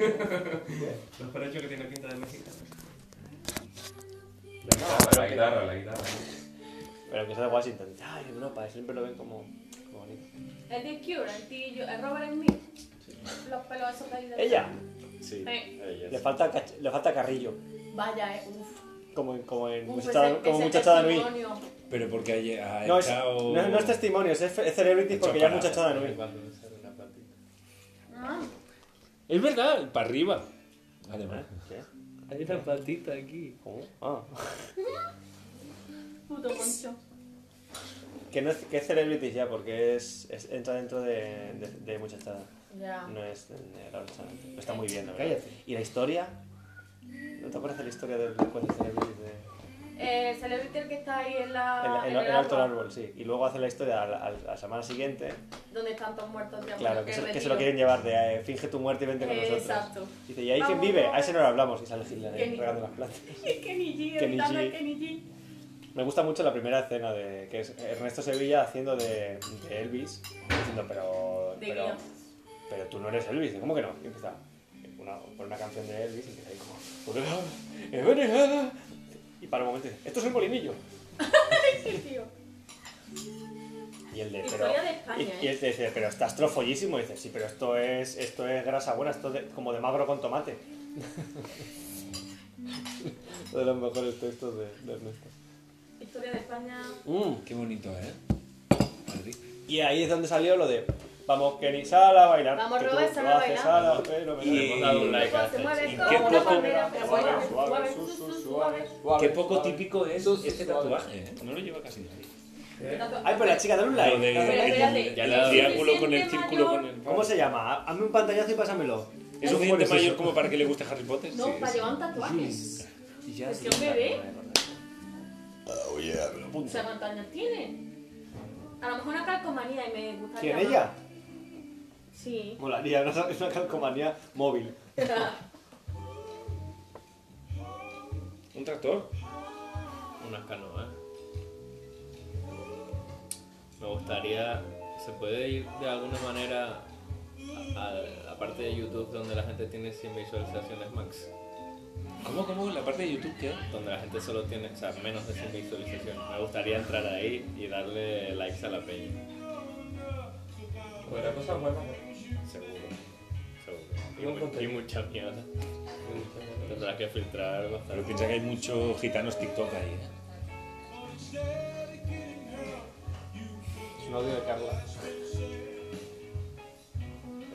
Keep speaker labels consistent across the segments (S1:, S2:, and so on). S1: Los por hecho que tiene pinta de mexicano.
S2: La guitarra, la guitarra.
S3: Pero que sea de Washington. Ay, Europa, siempre lo ven como, como bonito.
S4: Es de Cure, el tío, es Robert Smith. Los pelos esos de ahí de-
S3: ¿Ella?
S2: Sí.
S4: Sí.
S3: Le
S2: Ella.
S3: falta, cach- le falta carrillo.
S4: Vaya, eh, uff.
S3: Como en, como en
S4: Uf,
S3: muchachada,
S4: Uh, pues ese-
S3: como
S4: ese
S3: muchachada Nui.
S4: testimonio.
S5: Pero porque ha, ha
S3: No es,
S5: echado.
S3: no, no es testimonio, es, es celebrity
S5: Hecho
S3: porque ya es
S5: parada,
S3: muchachada Nui.
S2: Cuando sale una plantita.
S4: Ah,
S5: Es verdad, para arriba. Además.
S3: ¿Eh? ¿Qué?
S5: Hay una patita aquí.
S3: ¿Cómo? Ah.
S4: puto poncho.
S3: Que, no es, que es celebrity ya porque es, es- entra dentro de, de, de muchachada.
S4: Ya.
S3: No es de, de la muchachada. Pero está muy bien, la verdad.
S5: Cállate.
S3: ¿Y la historia? ¿No te acuerdas de la historia del cuento celebrity? de-
S4: Eh, celebrity el que está ahí en la.
S3: El, el-
S4: Ah, en el
S3: el alto del
S4: agua,
S3: árbol, sí. Y luego hace la historia a la, a la semana siguiente.
S4: Donde están todos muertos de amor.
S3: Claro, que se, que se lo
S4: retiro.
S3: quieren llevar de eh, finge tu muerte y vente con nosotros.
S4: Exacto.
S3: Dice, ¿y ahí quién
S4: Vamos,
S3: vive?
S4: vamos.
S3: A ese no le hablamos y sale Hitler ahí
S4: Kenny.
S3: regando las plantas.
S4: Kenny G,
S3: Kenny
S4: evitando
S3: G.
S4: a Kenny G.
S3: Me gusta mucho la primera escena de que es Ernesto Sevilla haciendo de, de Elvis, diciendo, pero,
S4: De
S3: pero,
S4: guión.
S3: pero tú no eres Elvis, ¿cómo que no? Y empieza una, por una canción de Elvis y empieza ahí como, y para un momento y dice, esto es un molinillo.
S4: Sí, tío.
S3: Y el de, pero,
S4: Historia de España, ¿eh?
S3: y, y el de dice, pero estás trofollísimo. Y dice, sí, pero esto es, esto es grasa buena, esto es de- como de magro con tomate. Uno de los mejores textos de, de Ernesto.
S4: Historia de España.
S5: Qué bonito, ¿eh? Madrid.
S3: Y ahí es donde salió lo de, vamos, Kenny, sala a bailar.
S4: Vamos,
S3: que tú
S4: Robert,
S3: lo
S4: sala a
S3: haces,
S4: bailar. Pues
S3: sala, pero, pero,
S5: Y-
S2: Hemos dado un like a
S4: Se
S2: este
S4: mueve
S2: chico.
S4: todo
S5: qué
S4: como una
S5: poco-
S4: bandera, pero
S3: Suave,
S4: suave,
S3: suave,
S4: suave,
S3: su,
S4: su,
S3: su, suave.
S4: su, suave.
S5: Qué
S6: Suave,
S5: poco
S6: suave.
S5: típico es
S6: Su, su,
S5: este
S6: suave.
S5: tatuaje, ¿eh? No lo lleva casi nadie.
S3: Ay, pero la chica, dale un like.
S5: Lo de-
S3: dale un like.
S4: espérate,
S2: Ya le ha dado
S4: ¿es
S5: Triángulo con el
S4: suficiente
S5: círculo
S4: mayor?
S5: con el.
S3: ¿Cómo se llama? Hazme un pantallazo y pásamelo.
S5: ¿Es
S3: ¿Cómo
S5: suficiente
S3: pones eso?
S5: mayor como para que le guste Harry Potter?
S4: No,
S5: Sí,
S4: para
S5: sí.
S4: llevar un tatuaje.
S5: Y ya,
S4: Es
S5: sí,
S4: que un
S5: ya,
S4: bebé.
S5: ya, ya, ya.
S4: O sea, ¿cuántos años tiene? A lo mejor una calcomanía y me gustaría.
S3: ¿Quién,
S4: más.
S3: ella?
S4: Sí.
S3: Molaría, ¿no? es una calcomanía móvil.
S5: Un tractor.
S2: Unas canoas. Me gustaría. ¿Se puede ir de alguna manera a, a la parte de YouTube donde la gente tiene 100 visualizaciones max?
S5: ¿Cómo, cómo? La parte de YouTube, ¿qué?
S2: Donde la gente solo tiene, o sea, menos de 100 visualizaciones. Me gustaría entrar ahí y darle likes a la peña.
S6: Bueno, cosas buenas. ¿no?
S2: Seguro. Seguro. Y, mu- y mucha mierda. Tendrás que filtrar
S5: Pero
S2: bastante.
S5: piensa que hay muchos gitanos TikTok ahí, ¿eh?
S3: Es un audio de Carla.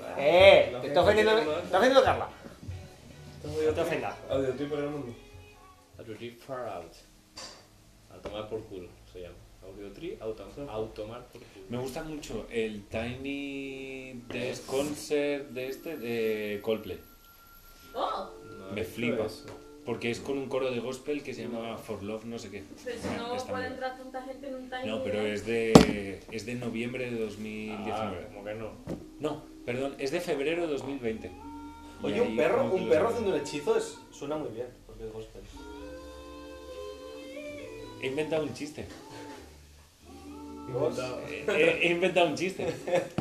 S6: No,
S3: ¡Eh!
S6: que-
S3: ¡Te está ofendiendo,
S6: que-
S3: te está ofendiendo Carla!
S6: Entonces,
S3: No te ofendas.
S6: Audiotipo en el mundo.
S2: A to rip far out. A tomar por culo, se llama. Audio tree, auto, tomar por culo.
S5: Me gusta mucho el Tiny Desk Concert de este de Coldplay.
S4: Oh,
S2: No,
S5: Me
S2: eso
S5: flipa.
S2: es-
S5: Porque es con un coro de gospel que se llama For Love, no sé qué.
S4: pero si
S5: Bueno,
S4: no
S5: está
S4: puede
S5: muy
S4: entrar tanta gente en un tiny.
S5: No, pero es de, es de noviembre de
S2: Ah,
S5: 2019.
S2: como que no.
S5: No, perdón, es de febrero de 2020. Y
S3: Oye, un
S5: ahí
S3: perro,
S5: como que
S3: un
S5: lo-
S3: perro haciendo un hechizo es- suena muy bien, porque es gospel.
S5: He inventado un chiste.
S3: Vos-
S5: Eh, eh, He inventado un chiste.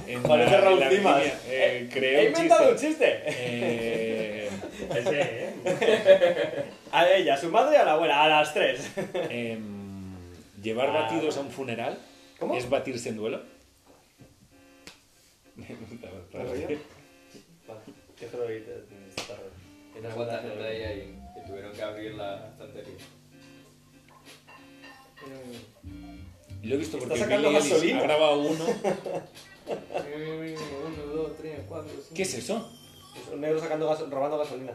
S5: En
S3: Parece
S5: la- en
S3: Raúl
S5: la
S3: Cimas.
S5: línea, eh, creé
S3: ¡He
S5: un
S3: inventado un
S5: chiste.
S3: chiste!
S5: Eh,
S2: Ese, ¿eh?
S3: A ella, a su madre y a la abuela, a las tres.
S5: em, llevar
S3: Ah.
S5: batidos a un funeral
S3: ¿Cómo?
S5: es batirse en duelo. Me gusta bastante.
S3: Yo creo que te- te está raro.
S2: Era cuánta
S3: eh.
S2: gente hay ahí que tuvieron que abrir la estantería.
S5: Lo he visto
S3: Está
S5: porque
S3: sacando
S5: Billy Ellis
S3: gasolina.
S5: ha grabado uno.
S6: Uno, dos, tres, cuatro, cinco.
S5: ¿Qué es eso?
S3: Es un negro sacando gaso- robando gasolina.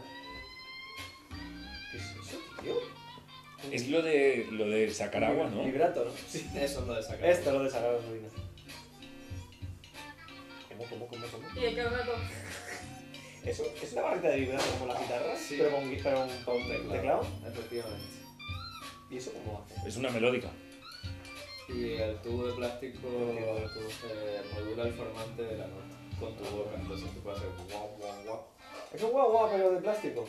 S3: ¿Qué es eso, tío?
S5: Es lo de lo de sacar agua, ¿no?
S3: Vibrato, ¿no?
S2: Eso es lo de sacar.
S3: Esto es lo de sacar gasolina. ¿Cómo, cómo, cómo, cómo?
S4: Y el que me tocó.
S3: ¿Eso es una barrita de vibrato como la guitarra?
S2: Sí.
S3: Pero con, gui- pero con-
S2: Con un
S3: teclado.
S2: teclado. Efectivamente.
S3: ¿Y eso cómo hace?
S5: Es una melódica.
S2: Y el tubo de plástico eh, modula el formante de la nota con tu boca. Entonces tú puedes hacer guau, guau, guau.
S3: Es un guau guau, pero de plástico.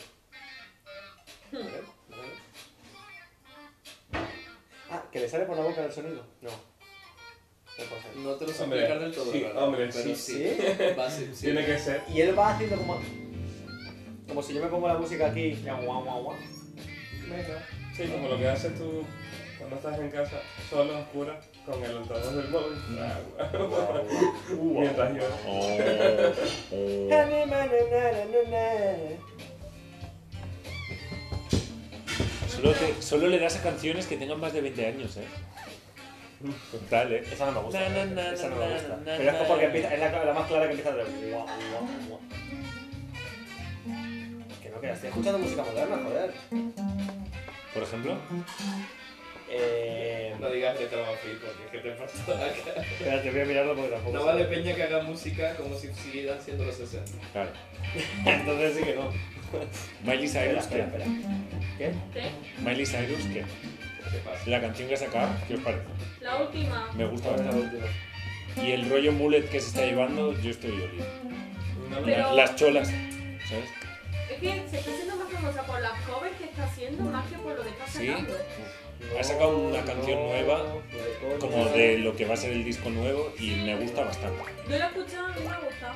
S2: Hmm.
S3: Vale, vale. Ah, que le sale por la boca el sonido. No. No pasa nada.
S2: No te lo sé
S6: Hombre,
S2: explicar del todo,
S6: sí,
S2: ¿verdad?
S6: hombre,
S2: pero
S6: sí,
S2: sí. Va a ser- sí.
S6: Tiene que ser.
S3: Y él va haciendo como. como si yo me pongo la música aquí. ya, guau, guau, guau.
S6: Venga.
S1: Sí, como lo que haces tú cuando estás en casa, solo, oscura, con el altavoz del móvil. Mientras yo...
S5: Solo, te- solo le das a canciones que tengan más de 20 años, ¿eh? Total, ¿eh?
S3: Esa no me gusta.
S5: Na, na, na,
S3: esa no
S5: na,
S3: me gusta.
S5: na,
S3: Pero es
S5: na.
S3: porque empieza, es la, la más clara que empieza de guau, guau, guau. Que no, que estoy escuchando música moderna, joder.
S5: Por ejemplo,
S3: Eh,
S2: No digas de Tamafi, porque ¿qué te pasó acá?
S3: espérate, voy a mirarlo porque tampoco.
S2: No
S3: sé.
S2: vale peña que haga música como si siguieran siendo los 60.
S5: claro.
S3: Entonces sí que no.
S5: Miley
S3: Espera,
S5: Cyrus,
S3: espera,
S5: ¿qué?
S3: espera. ¿Qué?
S4: ¿Qué?
S5: Miley Cyrus, ¿qué?
S2: ¿Qué pasa?
S5: La canción que ha sacado, ¿qué os parece?
S4: La última.
S5: Me gusta
S3: A ver, la
S5: bastante.
S3: última.
S5: Y el rollo mullet que se está llevando, yo estoy olido.
S1: Una
S4: Pero-
S5: La- Las cholas, ¿sabes?
S4: Es que se está haciendo más famosa por las covers que está haciendo más que por lo que está
S5: Sí.
S4: sacando.
S3: pues.
S5: Ha sacado una canción nueva,
S6: Pero coño.
S5: Como de lo que va a ser el disco nuevo y me gusta bastante.
S4: Yo la he escuchado, a mí me ha gustado.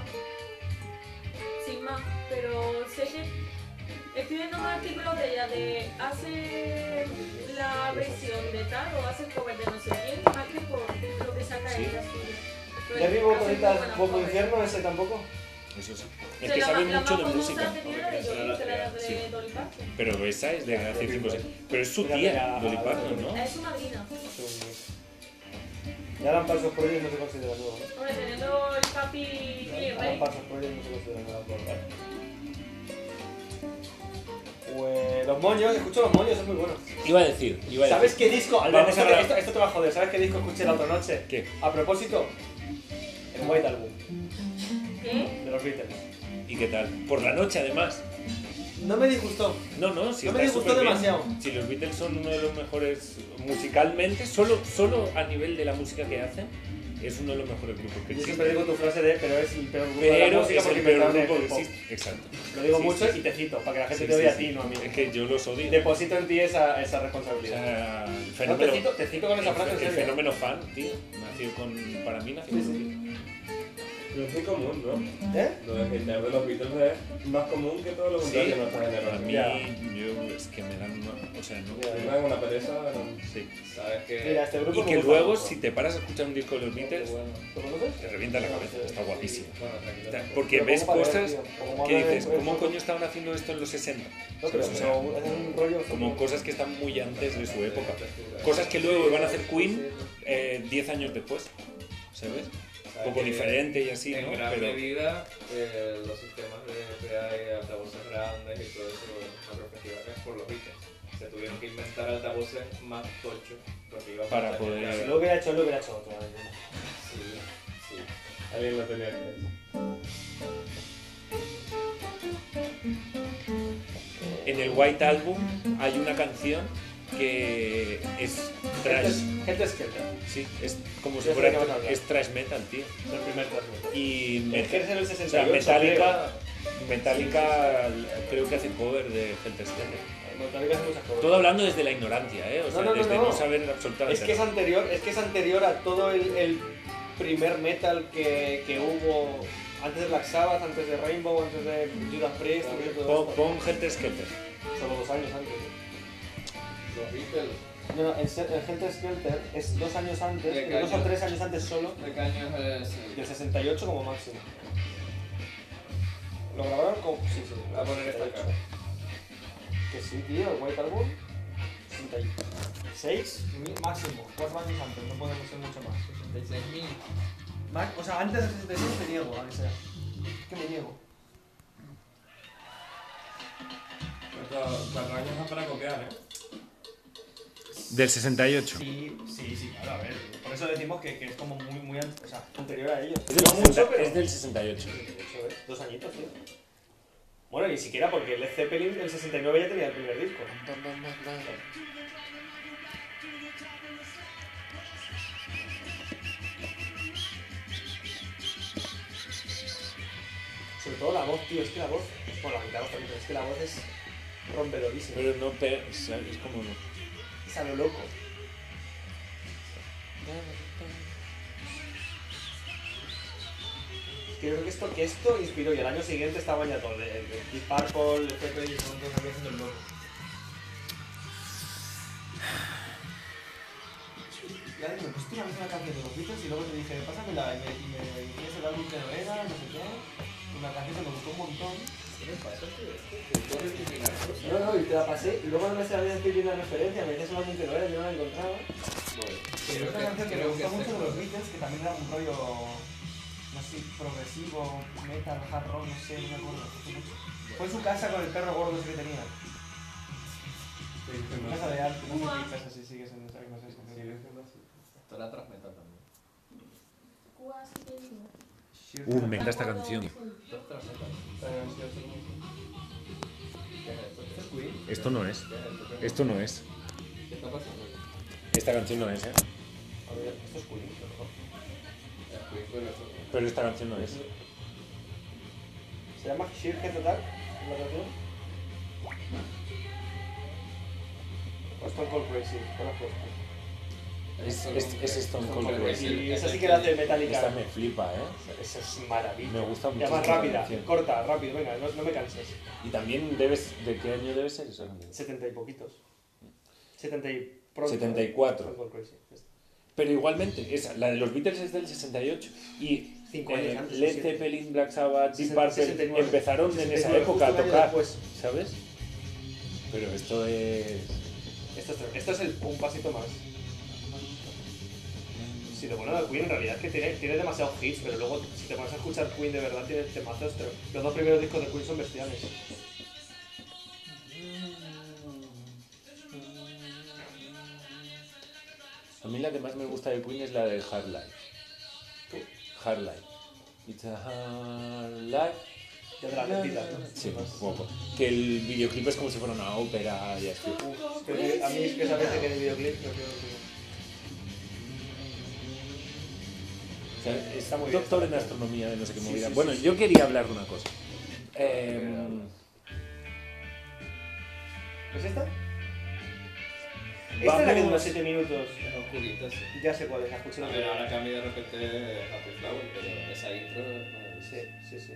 S4: Sin más, pero sé que estoy viendo más artículos de ella de hace la versión de tal o hace cover de no sé quién, más que por lo que saca
S5: Sí.
S4: ella suya. Pero
S3: ¿Ya vivo
S4: hace muy
S3: cositas
S4: buenas
S3: poco
S4: covers.
S3: infierno ese tampoco?
S5: Eso
S4: O
S5: sí. Es
S4: sea,
S5: que
S4: la
S5: sabe
S4: más- la
S5: mucho de
S4: más famosa
S5: música.
S4: que tiene la de Dolly, que la
S5: Sí.
S4: de Dolly Parton.
S5: Pero esa es de hace tiempo. sí. Pero es su tía, Dolly Parton, ¿no?
S4: Ah, Es su madrina.
S3: Ya dan pasos Eh, por ellos no se considera nuevo. ¿no?
S4: Hombre, teniendo el
S5: Ah,
S4: papi Billy
S3: Dan
S4: Ray.
S3: pasos por ellos no se considera nuevo. ¿vale? Pues los moños, escucho los moños, es muy bueno.
S5: Iba a decir, iba a decir.
S3: ¿Sabes qué disco? Alberto,
S5: Vamos a
S3: esto,
S5: hablar-
S3: esto, esto te va a joder. ¿Sabes qué disco escuché la otra noche?
S5: ¿Qué?
S3: A propósito, el White Album
S4: ¿Qué?
S3: de los Beatles.
S5: ¿Y qué tal? Por la noche, además.
S3: No me disgustó.
S5: No, no, si
S3: No
S5: está
S3: me disgustó
S5: superbién.
S3: demasiado.
S5: Si los Beatles son uno de los mejores musicalmente, solo, solo a nivel de la música que hacen, es uno de los mejores grupos que
S3: Yo
S5: existe.
S3: siempre digo tu frase de pero es el peor grupo de la
S5: Pero
S3: música
S5: es
S3: porque
S5: el
S3: me
S5: peor
S3: encanta el
S5: grupo que
S3: pop.
S5: existe. Exacto.
S3: Lo digo
S5: Sí,
S3: mucho
S5: sí,
S3: y te cito, para que la gente
S5: Sí,
S3: te
S5: sí,
S3: vea a
S5: sí.
S3: ti, no a mí.
S5: Es que yo los odio.
S3: Deposito en ti esa, esa
S5: O
S3: responsabilidad.
S5: sea, el
S3: no, te
S5: fenómeno,
S3: cito, te cito con esa
S5: el fe-
S3: frase en
S5: el
S3: serio.
S5: fenómeno fan, tío. Nació con. Para mí nació con.
S1: Pero es muy común, ¿no?
S3: ¿Eh?
S1: Lo de hatear de los Beatles es más común que todo lo
S5: Sí,
S1: contrario en nuestra
S5: para
S1: generación.
S5: mí,
S3: Ya.
S5: yo, es que me dan una- O sea, no.
S3: Ya,
S1: Además, Ah, una pereza...
S5: Sí.
S2: ¿Sabes
S3: Mira,
S2: qué?
S3: este grupo
S5: Y
S3: me
S5: que
S3: gusta
S5: luego,
S3: mucho.
S5: si te paras a escuchar un disco de los Beatles,
S3: ¿Lo conoces?
S5: te revienta la cabeza. Está guapísimo.
S2: Bueno, tranquilo.
S5: Está- Porque
S3: Pero
S5: ves
S3: ¿cómo para ver,
S5: cosas
S3: tío? ¿Cómo
S5: que
S3: para ver
S5: dices,
S3: eso?
S5: ¿cómo coño estaban haciendo esto en los 60?
S3: pues, No, pero,
S5: ¿Sabes? O sea,
S3: pero es un rollo.
S5: como cosas que están muy antes de su época. Cosas que luego van a hacer Queen eh, 10 años después. ¿Sabes? Un poco diferente y así,
S2: en
S5: ¿no?
S2: gran
S5: Pero-
S2: medida eh, los sistemas de PA y altavoces grandes y todo eso, la perspectiva que es por los Beatles. Se tuvieron que inventar altavoces más tochos porque iba a
S5: Para
S2: pasar
S5: poder-
S2: que
S3: Si
S2: era-
S3: lo hubiera hecho, lo hubiera hecho otra vez.
S2: Sí, sí.
S1: Alguien lo tenía que hacer.
S5: En el White Album hay una canción que es trash.
S3: Gente- Gente esquelta.
S5: Sí, es como si
S3: Ya sé
S5: fuera
S3: de qué vas a hablar.
S5: es trash metal, tío.
S3: Es el primer término.
S5: Y
S3: El que es
S5: Met-
S3: en el
S5: o sea,
S3: 68.
S5: Metallica, Metallica creo que hace cover de Helter Skelter.
S3: creo. Metallica hace muchas cosas.
S5: Todo hablando desde la ignorancia, ¿eh? O sea,
S3: No, no, no,
S5: desde no,
S3: no.
S5: saber absolutamente
S3: Es que es
S5: nada.
S3: anterior, es que es anterior a todo el, el primer metal que, que hubo antes de Black Sabbath, antes de Rainbow, antes de Judas Priest, antes de todo
S5: Pon,
S3: esto.
S5: pon Helter Skelter.
S3: Solo dos años antes.
S2: Los Beatles,
S3: No, no, el, Se- el Helter Skelter es dos años antes,
S2: ¿De qué
S3: pero dos o
S2: año?
S3: tres años antes solo,
S2: ¿de qué año es ese?
S3: del 68 como máximo. ¿Lo grabaron con...? Sí, sí.
S2: Voy a poner esta cara.
S3: Que sí, tío, el White Album, 66 mi- máximo, cuatro años antes, no podemos ser mucho más.
S2: 66.000.
S3: Ma- O sea, antes del 66 me niego a que sea. Que me niego.
S1: Cuatro cuatro años más para copiar, ¿eh?
S5: Del 68.
S3: Sí, sí, sí, claro, a ver. Por eso decimos que, que es como muy, muy an- o sea, anterior a ellos.
S5: Es del,
S3: No
S5: 60
S3: mucho, pero...
S5: es del 68.
S3: Eso es, ¿eh? dos añitos, tío. Bueno, ni siquiera porque Led Zeppelin el 69 ya tenía el primer disco. Sobre todo la voz, tío, es que la voz. Bueno, la guitarra también, pero es que la voz es rompedorísima.
S5: Pero no, pero, o sea, es como...
S3: Es a lo loco. Creo que esto, que esto inspiró y el año siguiente estaban ya todos. El, el Deep Purple, el Pepe
S2: Pero yo pronto también haciendo el loco.
S6: Ya digo, pues tú me ves una canción de los Beatles y luego te dije, pásamela y me y me dijiste el álbum que no era, no sé qué. Una canción que me gustó un montón.
S2: ¿Qué pasa, tío? ¿Tú eres discriminador?
S6: No, no, y te la pasé y luego no me sabía decir bien la referencia, me decías un álbum que no era, yo no la encontraba. Pero
S2: Creo
S6: esta
S2: que-
S6: canción que me
S2: creo
S6: gustó
S2: que
S6: mucho de
S2: sé
S6: los
S2: cuál es.
S6: Beatles, que también era un rollo, no sé, progresivo, metal, hard rock, no sé, no me acuerdo. Fue en su casa con el perro gordo ese que tenía. En casa de arte, no sé
S4: Guau.
S6: qué casa si sigues en esa misma sesión.
S2: Esto era transmetal también.
S5: Uh, me encanta esta canción.
S2: Esto es transmetal. ¿Qué es esto? ¿Esto es Queen?
S5: Esto no es.
S2: ¿Qué es esto? ¿Qué es
S5: Esto no es.
S2: esto? ¿Qué está pasando?
S5: Esta canción no es, ¿eh?
S6: A ver, esto es Queen, pero no.
S2: Es Queen, pero esto no.
S5: Pero esta canción no es.
S3: ¿Se llama Sheerhead Attack? ¿La canción? O Stone Cold Crazy, ¿cuál has puesto?
S5: Es, es, es Stone Cold
S2: Cold
S5: Crazy.
S2: Crazy.
S3: Y esa sí que la hace
S5: Esta
S3: Metallica.
S5: me flipa, ¿eh?
S3: Esa es maravilla.
S5: Me gusta mucho.
S3: Ya más
S5: esta
S3: rápida,
S5: canción.
S3: corta, rápido, venga, no, no me canses.
S5: Y también debes. ¿De qué año debe ser eso?
S3: 70 y poquitos. 70 y pronto. pues,
S5: 74.
S3: Stone Cold Crazy. ya está.
S5: Pero igualmente, esa, la de los Beatles es del 68 y
S3: Cinco años
S5: eh,
S3: antes,
S5: Led
S3: siete.
S5: Zeppelin, Black Sabbath, Deep
S3: Sesen-
S5: Purple
S3: 69.
S5: empezaron en esa
S3: 69,
S5: época a
S3: justo un año
S5: tocar,
S3: después.
S5: ¿sabes? Pero esto es...
S3: Esto es, esto es el- un pasito más. Si lo bueno de Queen en realidad es que tiene, tiene demasiados hits, pero luego si te pones a escuchar Queen de verdad tiene temazos, pero los dos primeros discos de Queen son bestiales.
S5: A mí la que más me gusta de Queen es la de Hard Life. Hard Life. It's a hard life.
S3: Ya te las vestidas, ¿no?
S5: Sí, guapo. Que el videoclip es como si fuera una ópera y así.
S3: Uf, creo que a mí es que esa vez que en el videoclip creo que
S5: O sea, es
S3: Está muy bien,
S5: doctor
S3: está
S5: en astronomía de no sé qué
S3: Sí,
S5: movida.
S3: sí,
S5: bueno,
S3: sí,
S5: yo quería hablar de una cosa. Eh,
S3: ¿Es esta? Esta es la que dura 7 minutos.
S2: Es oscurita, sí.
S3: Ya sé cuál es, la escuché
S2: A
S3: la
S2: ver,
S3: primera.
S2: ahora cambia de repente de Happy Flower, pero esa intro es
S3: Sí,
S2: maravillosa.
S3: sí, sí.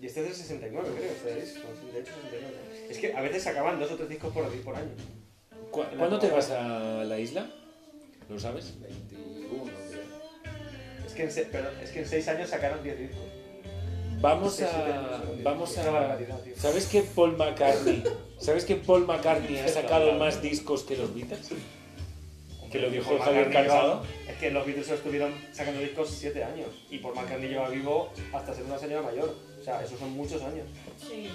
S3: Y este es del 69, creo, este disco, 68, 69. Es que a veces sacaban dos o tres discos por, por año.
S5: ¿cu- ¿Cuándo te vas a la isla? ¿Lo sabes?
S2: 21, creo.
S3: Es que en, se- pero es que en seis años sacaron 10 discos.
S5: Vamos
S3: Sí, sí,
S5: a.
S3: tenemos-
S5: Vamos
S3: Es una
S5: a.
S3: barbaridad, tío.
S5: ¿Sabes que Paul McCartney? ¿Sabes que Paul McCartney ha sacado más discos que los Beatles? Que lo dijo
S3: Por
S5: Javier
S3: McCartney
S5: Cansado.
S3: lleva- Es que los Beatles estuvieron sacando discos 7 años. Y por McCartney lleva vivo hasta ser una señora mayor. O sea, esos son muchos años.
S4: Sí.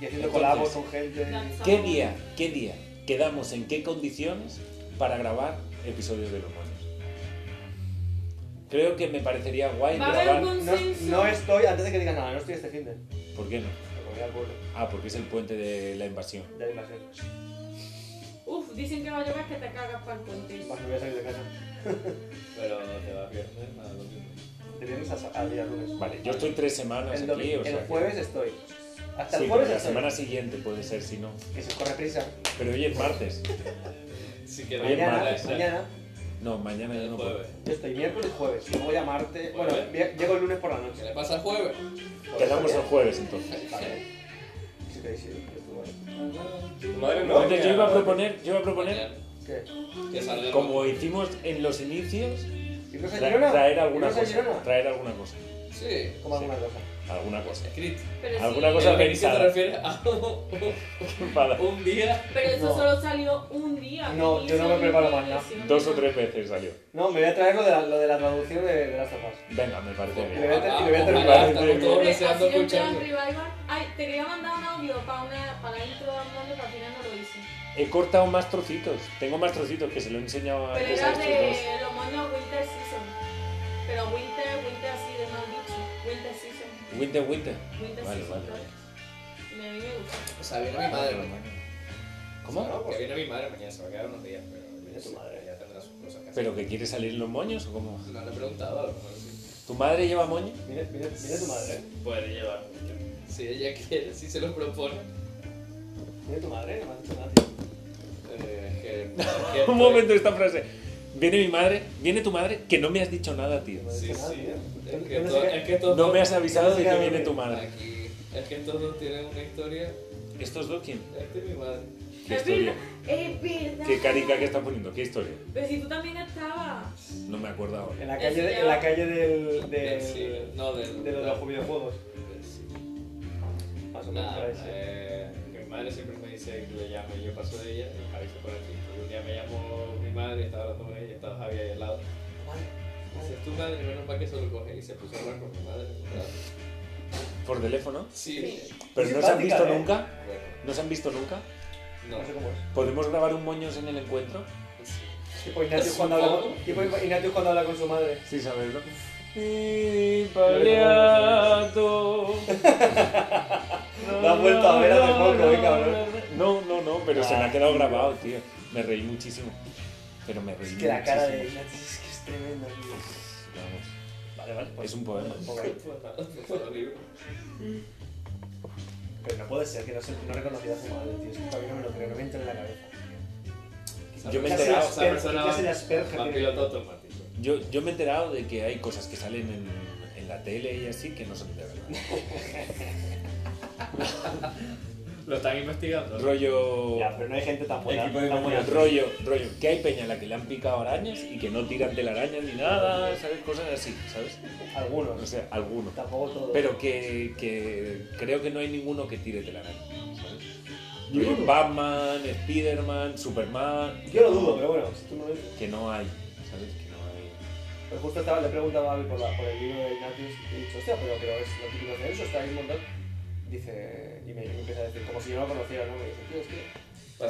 S3: Y haciendo
S5: Entonces,
S3: colabos con gente.
S5: ¿Qué día, qué día quedamos en qué condiciones para grabar episodios de los monos? Creo que me parecería guay
S4: Va a haber
S5: grabar.
S4: un
S3: No,
S4: consenso.
S3: no estoy, antes de que digas nada, no estoy este fin de.
S5: ¿Por qué no?
S3: Me voy al pueblo,
S5: Ah, porque es el puente de la invasión.
S3: ya hay más gente.
S4: Uf, dicen que va a llover que te cagas para el puente.
S3: Vas, Pues me voy a salir de casa.
S2: Pero te va viernes a domingo.
S3: De viernes a, sa- a día lunes.
S5: Vale, yo estoy tres semanas
S3: El,
S5: aquí,
S3: domingo-
S5: o sea.
S3: el
S5: que-
S3: jueves estoy. Hasta
S5: Sí,
S3: el
S5: pero
S3: jueves ¿eh?
S5: la
S3: estoy.
S5: semana siguiente puede ser, si no.
S3: Que se corre prisa.
S5: Pero hoy es martes.
S2: Si quieres,
S5: Oye,
S3: Mañana,
S5: martes,
S3: mañana,
S5: No, mañana ya
S2: El
S5: no puedo.
S2: jueves.
S3: yo estoy miércoles, jueves. Y luego ya martes. Bueno,
S2: Jueves.
S3: vie- llego el lunes por la
S2: ¿Qué
S3: noche.
S2: le pasa al jueves?
S5: Quedamos el jueves entonces.
S3: Vale. Si queréis ir, esto, bueno.
S1: Tu madre no.
S5: Entonces yo iba a proponer, yo iba a proponer,
S2: Mañana,
S3: ¿Qué?
S2: Que salga
S5: como hicimos en los inicios,
S3: ¿Irnos a
S5: tra-
S3: Girona?
S5: traer alguna
S3: ¿Irnos a
S5: cosa.
S3: Girona?
S5: Traer alguna cosa.
S2: Sí,
S3: Como alguna cosa.
S5: Alguna cosa.
S2: escrito.
S4: Pero sí,
S5: ¿Alguna cosa
S2: Pero si te
S5: pensada?
S2: refieres a un,
S5: Para
S2: un día.
S4: Pero eso
S3: No.
S4: solo salió un día.
S3: No,
S4: Y
S3: yo no
S4: eso
S3: me preparo más
S4: tiene
S3: nada.
S4: versión.
S5: dos o tres veces salió.
S3: No, me voy a traer lo de la, lo de la traducción de, de las tapas.
S5: Venga, me parece
S3: Le voy
S5: bien.
S3: a- y le voy a
S2: Ojalá,
S5: terminar.
S2: Estamos todos
S4: Hombre,
S2: deseando
S4: así en plan
S2: escucharlo.
S4: revival. Ay, te quería mandar un audio para una para la intro hablando, pero al final no lo hice.
S5: He cortado más trocitos. Tengo más trocitos que se lo he enseñado
S4: Pero
S5: antes a
S4: era
S5: estos
S4: de
S5: dos.
S4: los monos Winter Season. Pero Winter, Winter así de mal dicho. Winter Season.
S5: Winter, winter.
S4: Winter
S5: Vale,
S4: Season.
S5: vale, vale.
S4: Y a mí me gusta.
S2: O sea, viene mi madre mañana.
S5: ¿Cómo?
S2: Que viene mi madre mañana, se va a quedar unos días, pero viene
S3: tu madre.
S2: ya tendrá sus cosas que hacer.
S5: ¿Pero que quiere salir los moños o cómo?
S2: No le he preguntado, a lo mejor sí.
S5: ¿Tu madre lleva moño?
S3: Mira, mira, mira tu madre.
S2: Puede llevar. Si ella quiere, si se lo propone.
S3: Mira tu madre, no me has hecho nada, tío.
S2: Eh, que,
S5: Un momento esta frase. Viene mi madre, viene tu madre, que no me has dicho nada, tío.
S2: Sí,
S3: Ah,
S2: sí.
S3: bien.
S2: Es que
S3: Yo no sé
S2: to-
S3: qué-
S2: es que estos
S5: No me
S2: dos-
S5: has avisado de que
S3: Yo no sé
S5: viene
S3: qué
S5: tu madre.
S2: Aquí, es que estos dos tienen una historia.
S5: ¿Estos dos quién?
S2: Este es mi madre.
S5: ¿Qué
S4: es
S5: historia?
S4: verdad. Es verdad.
S5: ¿Qué carica que están poniendo? ¿Qué historia?
S4: Pero si tú también estabas.
S5: No me acuerdo ahora.
S7: En la calle, de- en la calle del,
S2: Del ciber.
S7: del,
S2: No, del.
S7: de los, de los videojuegos.
S2: del ciber.
S7: Más o menos.
S2: Nada,
S7: parece.
S2: eh, mi madre siempre me dice que le llame, yo paso de ella y me aviso por aquí. Y un día me llamó mi madre y estaba hablando con ella, estaba Javier ahí al lado. Dice, es tu madre, menos mal que se lo coge y se puso a hablar con mi madre.
S5: Por teléfono.
S2: Sí,
S5: Pero no se han visto
S7: Simpática, ¿eh?
S5: nunca.
S2: bueno,
S5: No se han visto nunca.
S7: No sé
S2: no.
S7: cómo es.
S5: ¿Podemos grabar un moños en el encuentro?
S7: Tipo Ignatius cuando habla con, tipo Ignatius cuando habla con su madre.
S5: Sí, saberlo.
S7: La has vuelto a ver hace poco, eh, cabrón.
S5: No, no, no, pero se me ha quedado grabado, tío. Me reí muchísimo. Pero me reí
S3: Ah. Es que la cara de
S5: muchísimo.
S3: Ignatius es que es tremenda, tío.
S5: Vamos. Es un poema.
S3: Pero no puede ser que no, se, no reconociera a su madre, tío. Es que todavía no me lo creo, no me entra en la cabeza.
S5: Yo me
S3: ¿Qué
S5: he
S3: hace
S5: enterado.
S3: la Asperger? ¿Qué hace la Asperger?
S2: Más piloto automático.
S5: Yo, yo me he enterado de que hay cosas que salen en, en la tele y así que no son de verdad.
S2: Lo están investigando.
S5: rollo.
S3: Ya, pero no hay gente tan buena.
S5: Equipo de
S3: tan buena.
S5: Madrid. rollo, rollo. Que hay peña a la que le han picado arañas y que no tiran de la araña ni nada, ¿sabes? Cosas así, ¿sabes? O
S3: Algunos.
S5: sea, alguno.
S3: Tampoco todos.
S5: Pero que, que creo que no hay ninguno que tire de la araña, ¿sabes? Rollo Batman, Spiderman, Superman.
S3: Yo lo dudo, pero bueno, si tú no lo dices.
S5: Que no hay, ¿sabes? Que no hay.
S3: Pero Pues justo estaba, le preguntaba a Abel por, la- por el libro de Ignatius y he dicho, hostia, pero, pero es lo típico de eso, está ahí un montón. Dice, y me, me empieza a decir, como si yo no lo conociera, ¿no? Me dice, tío, es que.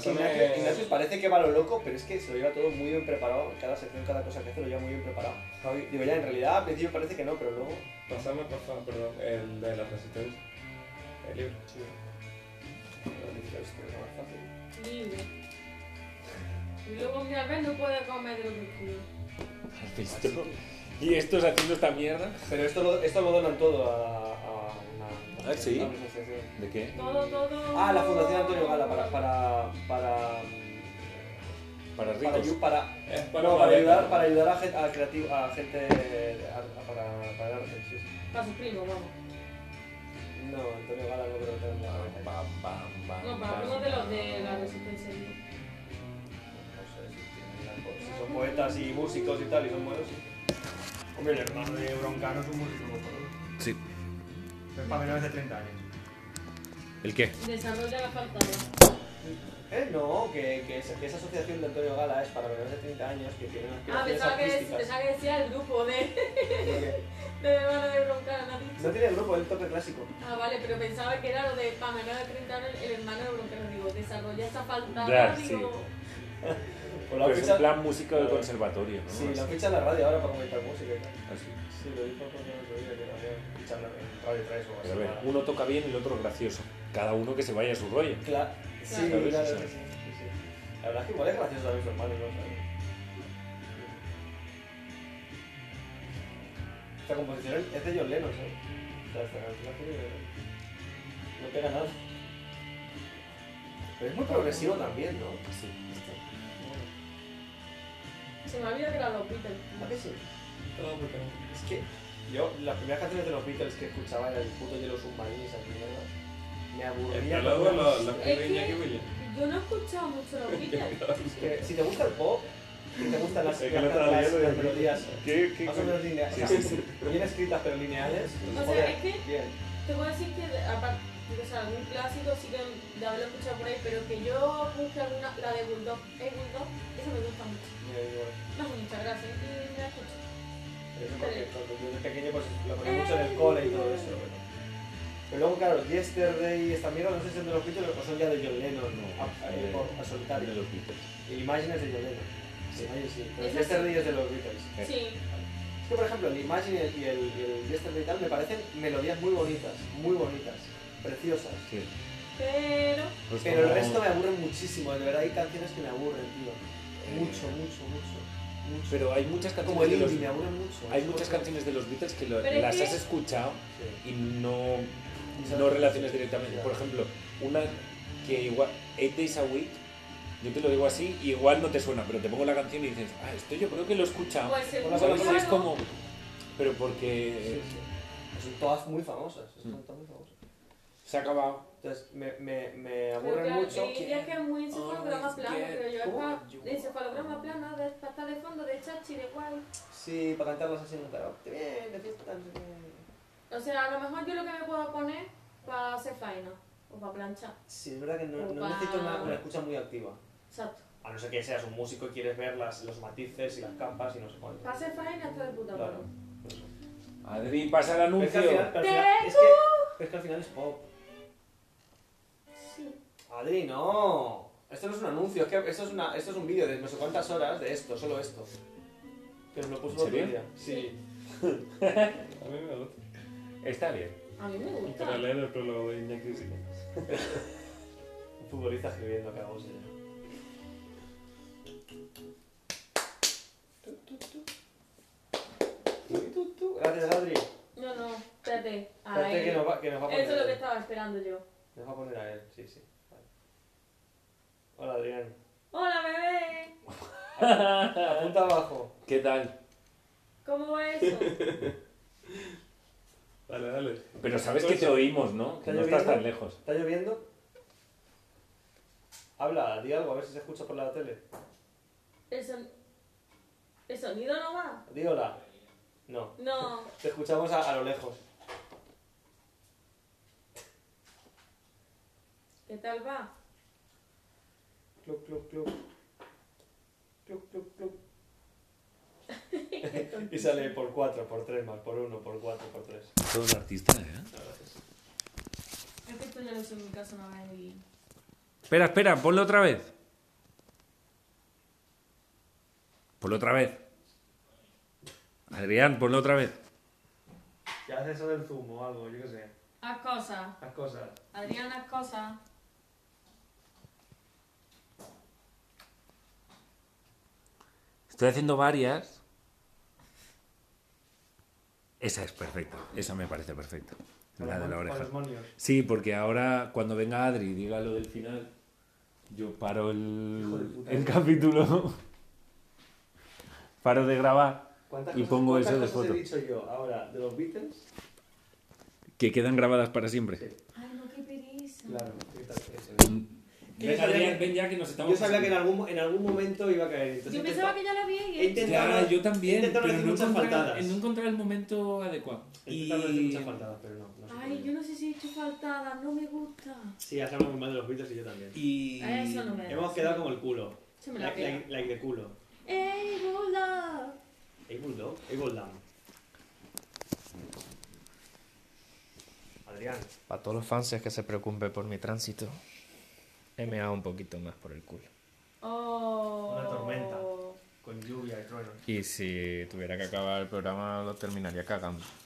S3: Ignatius, Ignatius parece que va a lo loco, pero es que se lo lleva todo muy bien preparado. Cada sección, cada cosa que hace, lo lleva muy bien preparado.
S1: Javi,
S3: Digo, ya, en realidad al principio parece que no, pero luego.
S1: pasame por favor, perdón, el de la resistencia. El libro.
S3: Pero dice, hostia, es más fácil.
S4: Libre. Y luego mi vez no puede comer de lo que quiero.
S5: ¿Has visto? Y estos haciendo esta mierda.
S3: Pero esto lo, esto lo donan todo a, a una.
S5: Ah, ¿sí?
S3: a una asociación.
S5: ¿De qué?
S4: Todo, todo.
S3: Ah, la Fundación Antonio Gala para. para. para. mm, para,
S5: Para ricos.
S3: ayu- para,
S8: Eh,
S1: Es
S3: no, para ayudar, para ayudar a gente, a, creativo, a gente a, a- para, para dar sí, sí.
S4: Para sus primos, vamos.
S3: No, Antonio Gala no creo que tenga la
S5: Bam,
S3: cabeza.
S5: bam, bam, bam,
S4: No, para
S5: bam,
S4: primos de los de la
S5: bam.
S4: resistencia.
S3: No sé si tienen la cosa. Si son poetas y músicos y tal y son buenos. sí.
S8: Hombre, el hermano de Broncano es un músico, ¿no?
S5: Sí.
S8: Pero es para menores de 30 años.
S5: ¿El qué?
S4: Desarrolla la faltada.
S3: Eh, no, que, que, esa, que esa asociación de Antonio Gala es para menores de 30 años que tienen
S4: Ah,
S3: aspiraciones
S4: pensaba que,
S3: artísticas.
S4: pensaba que decía el grupo de,
S3: Porque
S4: de hermano de Broncano. ¿no has dicho?
S3: No tiene grupo, el toque clásico.
S4: Ah, vale, pero pensaba que era lo de Pamela de 30 años, el hermano de Broncano. Digo, desarrolla esa faltada.
S5: Ya,
S4: digo,
S3: Pues lo han
S5: Pero es en
S3: fichado-
S5: plan música de conservatorio, ¿no?
S3: Sí, la
S5: Así.
S3: ficha en la radio ahora para comentar música. y tal.
S5: Así.
S3: Sí, lo dijo porque el otro día que la habían fichado en Radio 3 o
S5: Pero a ver,
S3: así.
S5: uno toca bien y el otro gracioso. Cada uno que se vaya a su rollo.
S3: Claro. Sí,
S4: Claro,
S5: sí,
S3: claro,
S5: sí.
S3: sí, sí, sí. La verdad es que igual es gracioso también su hermano, ¿no? O sea, Esta composición es de John Lennon, ¿eh? O sea, esta canción que no pega nada. Pero es muy progresivo también, ¿no?
S5: Sí.
S4: se me había quedado los Beatles.
S3: ¿A que sí? Es que yo, las primeras canciones de los Beatles que escuchaba era el puto Yellow Submarine y esas mierdas. Me
S1: El
S3: aburría.
S1: prólogo
S3: con-
S1: lo, lo escribe
S4: Es que-
S1: Iñaki Williams.
S4: Yo no he escuchado mucho los Beatles.
S3: Es que si te gusta el pop, si te gustan las,
S1: Es que
S3: las-
S1: lo estaba
S3: las-
S1: leyendo y-
S3: las melodías
S5: ¿Qué,
S3: más o menos lineales,
S5: Sí,
S3: o sea,
S5: sí, sí.
S3: bien escritas pero lineales, pues,
S4: sea,
S3: joder,
S4: es que-
S3: bien.
S4: Te voy a decir que, aparte, o sea, algún clásico sí que de haberlo escuchado por ahí, pero que yo busque alguna, la de Bulldog. Es Bulldog, esa me gusta mucho.
S3: Mira, digo,
S4: No, muchas gracias. Y la escucho.
S3: pero eso porque cuando yo era pequeño pues lo
S4: Eh.
S3: ponía mucho en el cole y todo eso. bueno. Pero luego, claro, Yesterday y esta mierda, no sé si son de los Beatles o son ya de John Lennon,
S5: No,
S3: a, a-
S5: eh,
S3: por- a solitario.
S5: De los Beatles.
S3: El Imagine es de John Lennon. Sí, Imagine sí. Pero
S4: Esa
S3: Yesterday es de los Beatles.
S5: Eh.
S4: Sí,
S3: Es que, por ejemplo, el Imagine y el, y el- y el Yesterday y tal me parecen melodías muy bonitas, muy bonitas, preciosas.
S5: Sí.
S4: pero.
S5: Pues
S3: Pero el
S5: como-
S3: resto me aburren muchísimo, de verdad hay canciones que me aburren, tío. Mucho, mucho, mucho. mucho.
S5: Pero hay muchas
S3: Como
S5: canciones
S3: el
S5: de
S3: indie, me
S5: los...
S3: aburren mucho.
S5: Hay muchas canciones de los Beatles que lo-
S4: Pero es
S5: las
S4: que-
S5: has escuchado
S3: Sí.
S5: y no,
S3: Y son-
S5: no relacionas directamente.
S3: Ya.
S5: Por ejemplo, una que igual... Eight Days a Week Yo te lo digo así, y igual no te suena, pero te pongo la canción y dices, ah, esto yo creo que lo he escuchado.
S4: Pues seguro,
S5: ¿Sabes?
S4: claro.
S5: Es como. Pero porque
S3: eh, Son todas muy famosas. Son todas muy famosas.
S5: se ha acabado.
S3: Entonces, me, me, me
S4: Pero
S3: aburren
S4: claro, eh.
S3: mucho.
S4: y ya que es muy encefalograma plano, pero yo
S3: ¿Cómo?
S4: acá, de encefalograma plano, de pata de fondo, de chachi, de guay.
S3: Sí, para cantarlas así, pero bien, de fiesta. bien.
S4: O sea, a lo mejor yo lo que me puedo poner para hacer faena o para planchar.
S3: Sí, es verdad que no, no
S4: Opa.
S3: necesito una, una escucha muy activa.
S4: Exacto.
S3: A no ser que seas un músico y quieres ver las, los matices y las capas y no sé cuánto.
S4: Para hacer faena está de puta
S3: Claro.
S4: madre.
S5: Adri, pasa el
S3: Pero es que al final,
S5: anuncio.
S3: pero al final- es, que, pero es que al final es pop.
S4: Sí.
S3: Adri, no. Esto no es un anuncio, es que esto es, una, esto es un vídeo de no sé cuántas horas de esto, solo esto. Que os lo puso el otro
S5: serio?
S3: día.
S9: Sí.
S1: A mí me gusta.
S5: Está bien.
S4: A mí me gusta.
S1: Para leer el prólogo de Iñaki sí.
S3: Un futbolista escribiendo, cagamos en ello. Tu, tu. Gracias, Adri.
S4: No, no, espérate. A
S3: Espérate que
S4: él.
S3: nos va, que nos va a poner.
S4: Eso es lo que
S3: él.
S4: estaba esperando yo.
S3: Nos va a poner a él, sí, sí. Vale. Hola, Adrián.
S4: Hola, bebé.
S3: Apunta abajo.
S5: ¿Qué tal?
S4: ¿Cómo va eso?
S1: Dale, dale.
S5: Pero sabes que te oímos, ¿no? Que
S3: ¿Está
S5: no estás
S3: lloviendo?
S5: tan lejos.
S3: ¿Está lloviendo? Habla, di algo, a ver si se escucha por la tele.
S4: El, son- el sonido no va.
S3: Di hola. No.
S4: No.
S3: Te escuchamos a, a lo lejos.
S4: ¿Qué tal va?
S3: Club, club, club. Club, club, club. Y sale por 4, por 3 más, por 1, por 4, por 3.
S5: Todo artista, ¿eh?
S4: Es que esto ya lo hice en mi casa una vez y...
S5: Espera, espera, ponlo otra vez. Ponlo otra vez. Adrián, ponlo otra vez.
S10: Ya haces eso del zumo o algo, yo qué sé.
S4: Haz cosas.
S10: Las cosas.
S4: Adrián, haz cosas.
S5: Estoy haciendo varias. Esa es perfecta. Esa me parece perfecta.
S10: Con
S5: La
S10: los
S5: de la
S10: mon-
S5: oreja.
S10: Con los monios.
S5: Sí, porque ahora cuando venga Adri y diga lo del final, yo paro
S10: Hijo de
S5: el,
S10: puta.
S5: el capítulo. paro de grabar
S3: ¿Cuántas
S5: Y
S3: cosas-
S5: pongo
S3: cuántas
S5: eso de
S3: cosas
S5: foto.
S3: he dicho yo ahora de los Beatles?
S5: que quedan grabadas para siempre.
S4: Ay, no, qué pereza.
S3: Claro, ¿qué tal? Eso.
S5: Ven, Adrián, ven ya que nos estamos.
S3: Yo sabía que en algún, en algún momento iba a caer. Entonces
S4: Yo pensaba
S3: intenta-
S4: que ya la había
S3: he
S4: y...
S3: intentado-
S5: Ya, yo también,
S3: intentado
S5: pero
S3: decir
S5: no
S3: muchas
S5: encontraba,
S3: faltadas.
S5: no encontraba el momento adecuado.
S3: he intentado decir
S5: Y...
S3: muchas faltadas, pero no. no se
S4: Ay,
S3: puede.
S4: yo no sé si he hecho faltada, no me gusta.
S3: Sí, has hablado muy mal de los Beatles y yo también.
S5: y-
S4: Eso no me da.
S3: Hemos quedado como el culo.
S4: Se me la ¡Eh,
S3: Like,
S4: pega.
S3: like, like de culo.
S4: ¡Ey, Buda!
S3: Able Dog, Able Down. Adrián.
S11: Para todos los fans que se preocupen por mi tránsito, he meado un poquito más por el culo.
S4: Oh.
S10: Una tormenta. Con lluvia y trueno.
S11: Y si tuviera que acabar el programa, lo terminaría cagando.